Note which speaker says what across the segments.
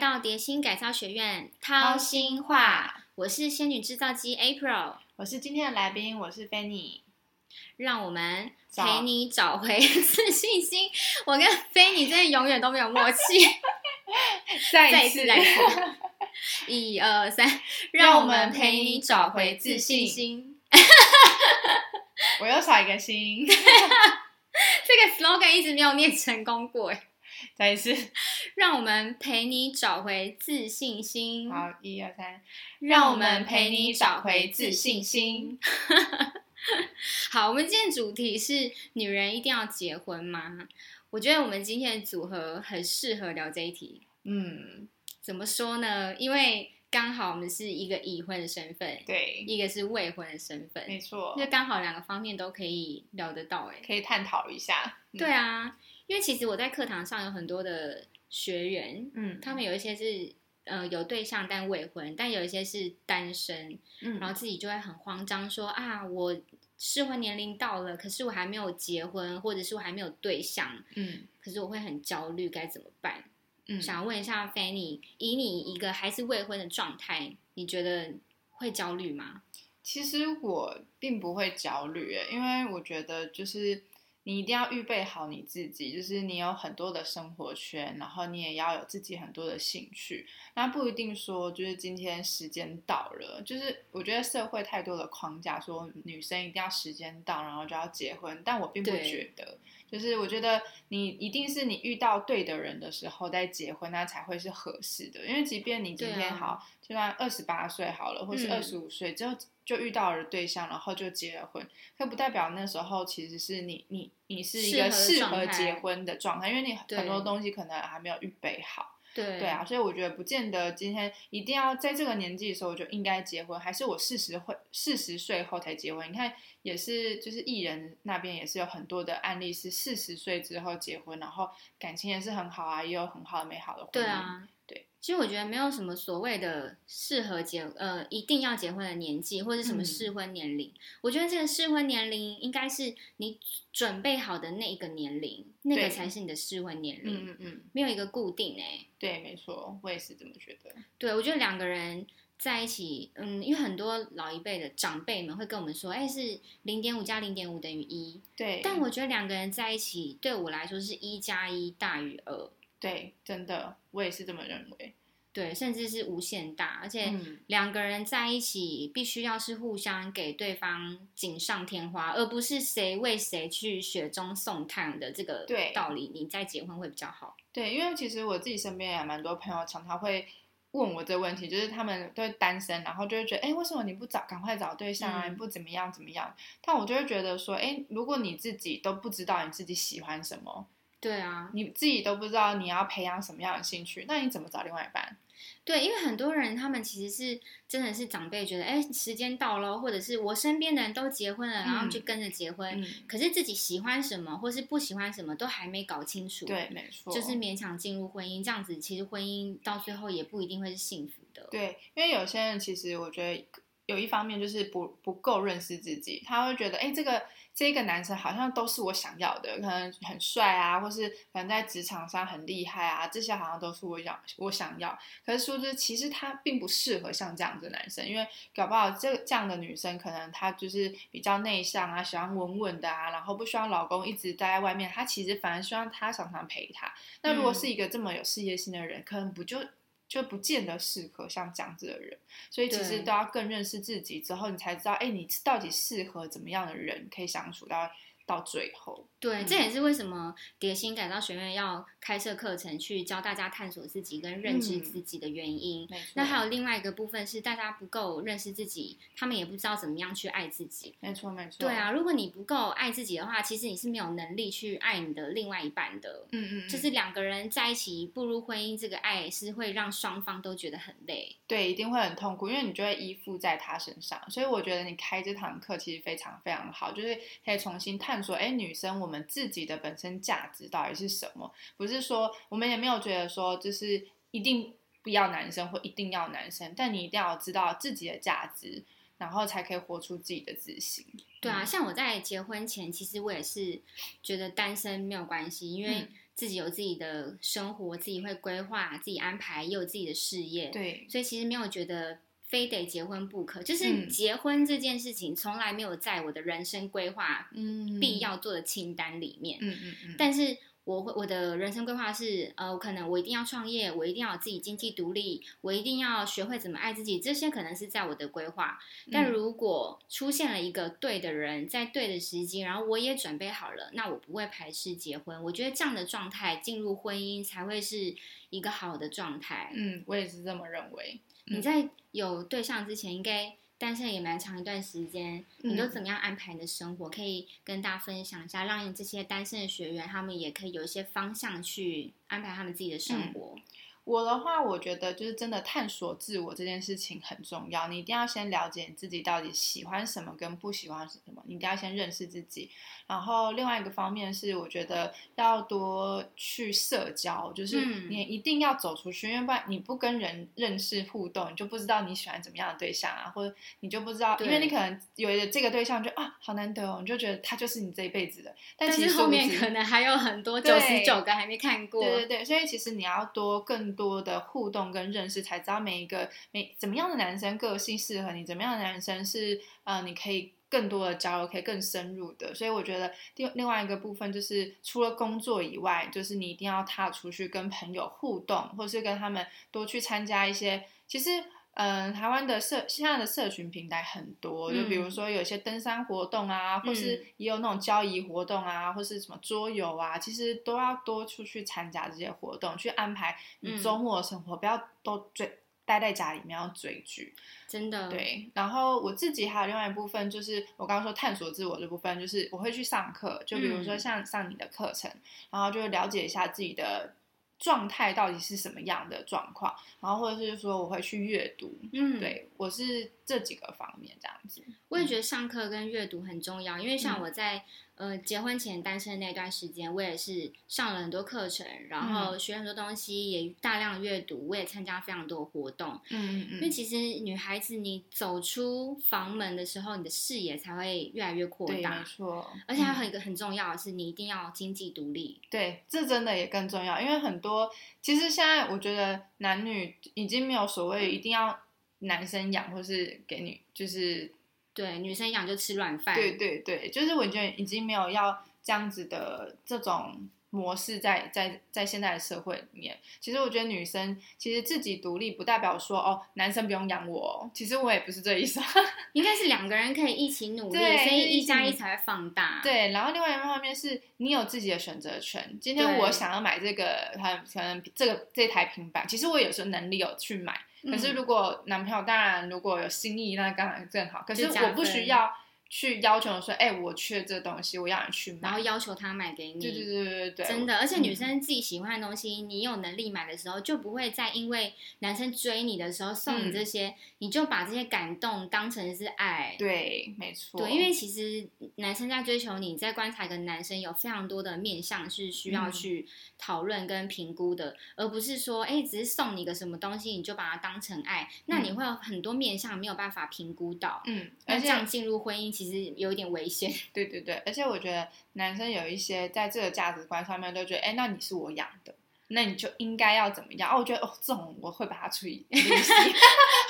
Speaker 1: 到蝶心改造学院掏
Speaker 2: 掏
Speaker 1: 心
Speaker 2: 心
Speaker 1: 话
Speaker 2: 话，
Speaker 1: 我是仙女制造机 April，
Speaker 2: 我是今天的来宾，我是 Fanny。
Speaker 1: 让我们
Speaker 2: 找
Speaker 1: 陪你找回 自信心。我跟菲尼真的永远都没有默契， 再
Speaker 2: 再
Speaker 1: 一次来过，一二三，
Speaker 2: 让
Speaker 1: 让
Speaker 2: 我
Speaker 1: 我们
Speaker 2: 们
Speaker 1: 陪
Speaker 2: 陪
Speaker 1: 你
Speaker 2: 你
Speaker 1: 找
Speaker 2: 找
Speaker 1: 回
Speaker 2: 回
Speaker 1: 自
Speaker 2: 自
Speaker 1: 信
Speaker 2: 信
Speaker 1: 心。
Speaker 2: 我又少一个心，
Speaker 1: 这个 slogan 一直没有念成功过，哎
Speaker 2: 再一次，
Speaker 1: 让我们陪你找回自信心。
Speaker 2: 好，一二三，
Speaker 1: 让我们陪你找回自信
Speaker 2: 心。
Speaker 1: 好，我们今天主题是女人一定要结婚吗？我觉得我们今天的组合很适合聊这一题。
Speaker 2: 嗯，
Speaker 1: 怎么说呢？因为刚好我们是一个已婚的身份，
Speaker 2: 对，
Speaker 1: 一个是未婚的身份
Speaker 2: 没，错，
Speaker 1: 就刚好两个方面都可以聊得到、欸。哎，
Speaker 2: 可以探讨一下。嗯
Speaker 1: 对，啊，因为其实我在课堂上有很多的学员，
Speaker 2: 嗯，
Speaker 1: 他们有一些是。呃，有对象但未婚，但有一些是单身，
Speaker 2: 嗯，
Speaker 1: 然后自己就会很慌张说，啊，我适婚年龄到了，可是我还没有结婚，或者是我还没有对象，
Speaker 2: 嗯
Speaker 1: 可是我会很焦虑，该怎么办？
Speaker 2: 嗯，
Speaker 1: 想问一下 Fanny，以你一个还是未婚的状态，你觉得会焦虑吗？
Speaker 2: 其实我并不会焦虑耶，因为我觉得就是你一定要预备好你自己，就是你有很多的生活圈，然后你也要有自己很多的兴趣。那不一定说就是今天时间到了，就是我觉得社会太多的框架说女生一定要时间到，然后就要结婚，但我并不
Speaker 1: 对
Speaker 2: 觉得。就是我觉得你一定是你遇到对的人的时候再结婚，那才会是合适的。因为即便你今
Speaker 1: 对啊
Speaker 2: 天好，就算二十八岁好了，或是
Speaker 1: 嗯
Speaker 2: 二十五岁之后就遇到了对象，然后就结了婚，可不代表那时候其实是你你你是一个
Speaker 1: 适
Speaker 2: 适
Speaker 1: 合的
Speaker 2: 合
Speaker 1: 状态
Speaker 2: 结婚的状态，因为你
Speaker 1: 对
Speaker 2: 很多东西可能还没有预备好。
Speaker 1: 对
Speaker 2: 对啊，，所以我觉得不见得今天一定要在这个年纪的时候就应该结婚，还是我四十会四十岁后才结婚。你看，也是就是艺人那边也是有很多的案例是四十岁之后结婚，然后感情也是很好啊，也有很好的美好的婚姻。
Speaker 1: 对啊，
Speaker 2: 对。
Speaker 1: 其实我觉得没有什么所谓的适合结呃一定要结婚的年纪，或者什么
Speaker 2: 嗯
Speaker 1: 适婚年龄。我觉得这个适婚年龄应该是你准备好的那一个年龄，那个
Speaker 2: 对
Speaker 1: 才是你的适婚年
Speaker 2: 嗯
Speaker 1: 龄，
Speaker 2: 嗯嗯，
Speaker 1: 没有一个固定哎、
Speaker 2: 对，没错，我也是这么觉得。
Speaker 1: 对，我觉得两个人在一起，嗯，因为很多老一辈的长辈们会跟我们说，哎，是零点五加零点五等于一，
Speaker 2: 对，
Speaker 1: 但我觉得两个人在一起，对我来说是一加一大于二，
Speaker 2: 对，真的，我也是这么认为。
Speaker 1: 对，甚至是无限大。而且
Speaker 2: 嗯，
Speaker 1: 两个人在一起，必须要是互相给对方锦上添花，而不是谁为谁去雪中送炭的这个
Speaker 2: 对
Speaker 1: 道理，你在结婚会比较好。
Speaker 2: 对，因为其实我自己身边也蛮多朋友常常会问我这个问题，就是他们都会单身，然后就会觉得，哎，为什么你不找，赶快找对象啊？
Speaker 1: 嗯
Speaker 2: 你不怎么样怎么样？但我就会觉得说，哎，如果你自己都不知道你自己喜欢什么，
Speaker 1: 对啊，
Speaker 2: 你自己都不知道你要培养什么样的兴趣，那你怎么找另外一半？
Speaker 1: 对，因为很多人他们其实是真的是长辈觉得，哎，时间到了，或者是我身边的人都结婚了，然后就
Speaker 2: 嗯
Speaker 1: 跟着结婚，
Speaker 2: 嗯，
Speaker 1: 可是自己喜欢什么或是不喜欢什么都还没搞清楚。
Speaker 2: 对，没错，
Speaker 1: 就是勉强进入婚姻，这样子其实婚姻到最后也不一定会是幸福的。
Speaker 2: 对，因为有些人其实我觉得有一方面就是不不够认识自己，他会觉得，哎，这个这个男生好像都是我想要的，可能很帅啊，或是可能在职场上很厉害啊，这些好像都是我想我想要。可是说就是其实他并不适合像这样子的男生，因为搞不好这这样的女生可能她就是比较内向啊，喜欢稳稳的啊，然后不需要老公一直待在外面，她其实反而希望他常常陪她。那如果
Speaker 1: 嗯
Speaker 2: 是一个这么有事业心的人，可能不就就不见得适合像这样子的人。所以其
Speaker 1: 对
Speaker 2: 实都要更认识自己之后，你才知道，哎，你到底适合怎么样的人可以相处到到最后。
Speaker 1: 对，
Speaker 2: 嗯
Speaker 1: 这也是为什么蝶心改造学院要开设课程去教大家探索自己跟认知
Speaker 2: 嗯
Speaker 1: 自己的原因。
Speaker 2: 没错，
Speaker 1: 那还有另外一个部分是，大家不够认识自己，他们也不知道怎么样去爱自己。
Speaker 2: 没错没错，
Speaker 1: 对，啊，如果你不够爱自己的话，其实你是没有能力去爱你的另外一半的。
Speaker 2: 嗯嗯，嗯
Speaker 1: 就是两个人在一起步入婚姻，这个爱是会让双方都觉得很累。
Speaker 2: 对，一定会很痛苦，因为你就会依附在他身上。所以我觉得你开这堂课其实非常非常好，就是可以重新探索，哎，女生我们自己的本身价值到底是什么？不是说我们也没有觉得说就是一定不要男生或一定要男生，但你一定要知道自己的价值，然后才可以活出自己的自信。
Speaker 1: 对啊，
Speaker 2: 嗯
Speaker 1: 像我在结婚前，其实我也是觉得单身没有关系，因为
Speaker 2: 嗯
Speaker 1: 自己有自己的生活，自己会规划，自己安排，也有自己的事业，
Speaker 2: 对，
Speaker 1: 所以其实没有觉得非得结婚不可，就是
Speaker 2: 嗯
Speaker 1: 结婚这件事情从来没有在我的人生规划
Speaker 2: 嗯
Speaker 1: 必，要做的清单里面。
Speaker 2: 嗯嗯嗯，
Speaker 1: 但是我会我的人生规划是，呃，我可能我一定要创业，我一定要有自己经济独立，我一定要学会怎么爱自己，这些可能是在我的规划。但
Speaker 2: 嗯
Speaker 1: 如果出现了一个对的人，在对的时机，然后我也准备好了，那我不会排斥结婚。我觉得这样的状态进入婚姻才会是一个好的状态。
Speaker 2: 嗯，我也是这么认为。
Speaker 1: 你
Speaker 2: 嗯
Speaker 1: 在有对象之前，应该单身也蛮长一段时间，你都
Speaker 2: 嗯
Speaker 1: 怎么样安排你的生活？可以跟大家分享一下，让这些单身的学员他们也可以有一些方向去安排他们自己的生
Speaker 2: 嗯
Speaker 1: 活。
Speaker 2: 我的话，我觉得就是真的探索自我这件事情很重要。你一定要先了解你自己到底喜欢什么跟不喜欢什么，你一定要先认识自己。然后另外一个方面是，我觉得要多去社交，就是
Speaker 1: 嗯
Speaker 2: 你一定要走出去，因为不然你不跟人认识互动，你就不知道你喜欢怎么样的对象啊，或者你就不知道，因为
Speaker 1: 对
Speaker 2: 你可能有了这个对象就啊好难得哦，你就觉得他就是你这一辈子的，但
Speaker 1: 但
Speaker 2: 其
Speaker 1: 是
Speaker 2: 实
Speaker 1: 后
Speaker 2: 殊不
Speaker 1: 面
Speaker 2: 知
Speaker 1: 可能还有很多九十
Speaker 2: 对
Speaker 1: 九个还没看过。
Speaker 2: 对对对，所以其实你要多更多的互动跟认识，才知道每一个每怎么样的男生个性适合你，怎么样的男生是呃你可以更多的交流，可以更深入的。所以我觉得另另外一个部分就是除了工作以外，就是你一定要踏出去跟朋友互动，或是跟他们多去参加一些其实。嗯，台湾的社现在的社群平台很多，就比如
Speaker 1: 嗯
Speaker 2: 说有一些登山活动啊，或
Speaker 1: 嗯
Speaker 2: 是也有那种交易活动啊，或是什么桌游啊，其实都要多出去参加这些活动，去安排
Speaker 1: 嗯
Speaker 2: 你周末的生活，不要都追待在家里面要追剧。
Speaker 1: 真的，
Speaker 2: 对，然后我自己还有另外一部分，就是我刚刚说探索自我这部分，就是我会去上课，就比如说
Speaker 1: 嗯
Speaker 2: 像上你的课程，然后就了解一下自己的状态到底是什么样的状况，然后或者是说我会去阅读，
Speaker 1: 嗯，。
Speaker 2: 对嗯我是这几个方面这样子。
Speaker 1: 我也觉得上课跟阅读很重要，因为
Speaker 2: 嗯
Speaker 1: 像我在、呃结婚前单身的那段时间，我也是上了很多课程，
Speaker 2: 嗯
Speaker 1: 然后学很多东西，也大量阅读，我也参加非常多活动。
Speaker 2: 嗯
Speaker 1: 因为其实女孩子你走出房门的时候，你的视野才会越来越扩
Speaker 2: 对，没
Speaker 1: 大。
Speaker 2: 错，
Speaker 1: 而且还
Speaker 2: 嗯
Speaker 1: 有一个很重要的是，你一定要经济独立。
Speaker 2: 对，这真的也更重要，因为很多其实现在我觉得男女已经没有所谓一定要男生养或是给女，就是
Speaker 1: 对，女生养就吃软饭。
Speaker 2: 对对对，就是我觉得已经没有要这样子的这种模式在在在现在的社会里面。其实我觉得女生其实自己独立，不代表说哦男生不用养我哦，其实我也不是这意思。啊
Speaker 1: 应该是两个人可以一起努力，
Speaker 2: 对
Speaker 1: 所以
Speaker 2: 一
Speaker 1: 一
Speaker 2: 起
Speaker 1: 加一才会放大。，
Speaker 2: 对，然后另外一方面是你有自己的选择权。今天我
Speaker 1: 对
Speaker 2: 想要买这个，很可能这个这台平板，其实我有时候能力有去买，可
Speaker 1: 嗯
Speaker 2: 是如果男朋友当然如果有心意，那当然更好。可是
Speaker 1: 就加
Speaker 2: 我不
Speaker 1: 分
Speaker 2: 需要去要求说，哎、我缺这东西，我要你去买。
Speaker 1: 然后要求他买给你。
Speaker 2: 对对对对对，
Speaker 1: 真的，而且女
Speaker 2: 嗯
Speaker 1: 生自己喜欢的东西，你有能力买的时候，就不会再因为男生追你的时候送你
Speaker 2: 嗯
Speaker 1: 这些，你就把这些感动当成是爱。
Speaker 2: 对，没错。
Speaker 1: 对，因为其实男生在追求你，在观察一个男生有非常多的面向是需要
Speaker 2: 嗯
Speaker 1: 去讨论跟评估的，而不是说，哎，只是送你一个什么东西，你就把它当成爱，那你
Speaker 2: 嗯
Speaker 1: 会有很多面向没有办法评估到。
Speaker 2: 嗯，
Speaker 1: 那
Speaker 2: 而
Speaker 1: 这
Speaker 2: 且
Speaker 1: 样进入婚姻其实有一点危险，
Speaker 2: 对对对，而且我觉得男生有一些在这个价值观上面都觉得，哎、那你是我养的。那你就应该要怎么样？哦，我觉得哦，这种我会把它处 理处理死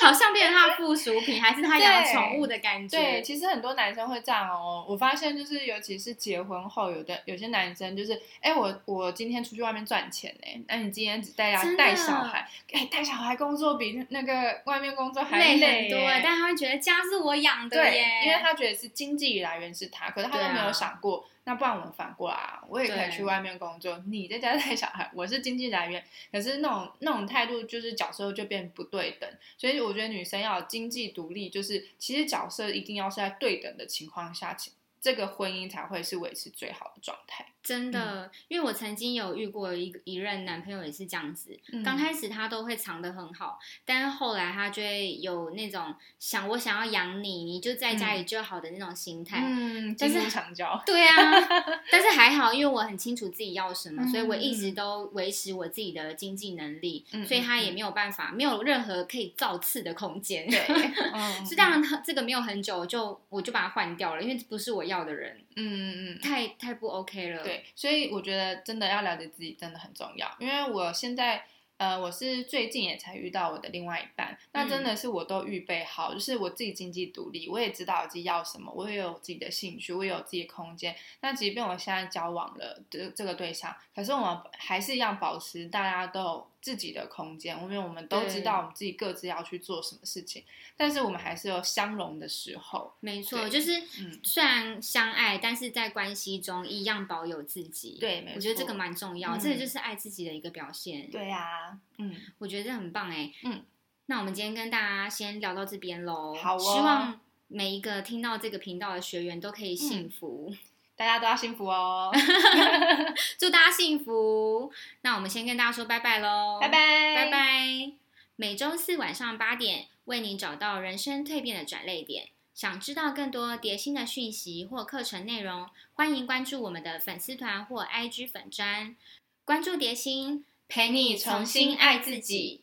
Speaker 1: 好像变成他的附属品，还是他养
Speaker 2: 对
Speaker 1: 宠物的感觉。
Speaker 2: 对，其实很多男生会这样哦。我发现就是，尤其是结婚后，有的有些男生就是，哎、我我今天出去外面赚钱呢，那你今天只带
Speaker 1: 真的
Speaker 2: 家带小孩，哎、带小孩工作比那个外面工作还
Speaker 1: 累很
Speaker 2: 耶
Speaker 1: 多，但他会觉得家是我养的
Speaker 2: 对
Speaker 1: 耶，，
Speaker 2: 因为他觉得是经济来源是他，可是他
Speaker 1: 对
Speaker 2: 都没
Speaker 1: 啊
Speaker 2: 有想过，那不然我们反过来啊，我也可以
Speaker 1: 对
Speaker 2: 去外面工作，你在家带小孩，我是经济来源，可是那种那种态度就是角色就变不对等，所以我觉得女生要有经济独立，就是其实角色一定要是在对等的情况下，其这个婚姻才会是维持最好的状态。
Speaker 1: 真的、
Speaker 2: 嗯
Speaker 1: 因为我曾经有遇过一个一任男朋友也是这样子，
Speaker 2: 嗯
Speaker 1: 刚开始他都会藏得很好，但是后来他就会有那种想我想要养你，你就在家里就好的那种心态。
Speaker 2: 嗯，
Speaker 1: 但
Speaker 2: 金
Speaker 1: 是
Speaker 2: 屋 藏娇，
Speaker 1: 对啊，但是还好，因为我很清楚自己要什么，
Speaker 2: 嗯
Speaker 1: 所以我一直都维持我自己的经济能力，
Speaker 2: 嗯
Speaker 1: 所以他
Speaker 2: 嗯
Speaker 1: 也没有办法，没有任何可以造次的空间。
Speaker 2: 对，嗯，
Speaker 1: 是当然，他这个没有很久，我就我就把它换掉了，因为不是我要的人，
Speaker 2: 嗯嗯嗯。
Speaker 1: 太太不 OK 了。，
Speaker 2: 对，所以我觉得真的要了解自己真的很重要，因为我现在。呃，我是最近也才遇到我的另外一半，那真的
Speaker 1: 嗯
Speaker 2: 是我都预备好，就是我自己经济独立，我也知道我自己要什么，我也有自己的兴趣，我也有自己的空间。那即便我现在交往了这这个对象，可是我们还是要保持大家都有自己的空间，因为我们都
Speaker 1: 对
Speaker 2: 知道我们自己各自要去做什么事情，但是我们还是有相容的时候。
Speaker 1: 没错，
Speaker 2: 对
Speaker 1: 就是
Speaker 2: 嗯
Speaker 1: 虽然相爱，但是在关系中一样保有自己。，
Speaker 2: 对，没错，
Speaker 1: 我觉得这个蛮啊重要，
Speaker 2: 嗯
Speaker 1: 这个就是爱自己的一个表现。，
Speaker 2: 对呀、嗯。
Speaker 1: 我觉得这很棒哎。
Speaker 2: 嗯，
Speaker 1: 那我们今天跟大家先聊到这边喽。
Speaker 2: 好哦嗯
Speaker 1: 希望每一个听到这个频道的学员都可以幸福，
Speaker 2: 大家都要幸福 哦，
Speaker 1: 祝大家幸福。那我们先跟大家说拜拜喽，
Speaker 2: 拜拜，
Speaker 1: 拜拜。每周四晚上八点，为你找到人生蜕变的转捩点。想知道更多叠新的讯息或课程内容，欢迎关注我们的粉丝团或 IG 粉专，关注叠新，陪你重新爱自己。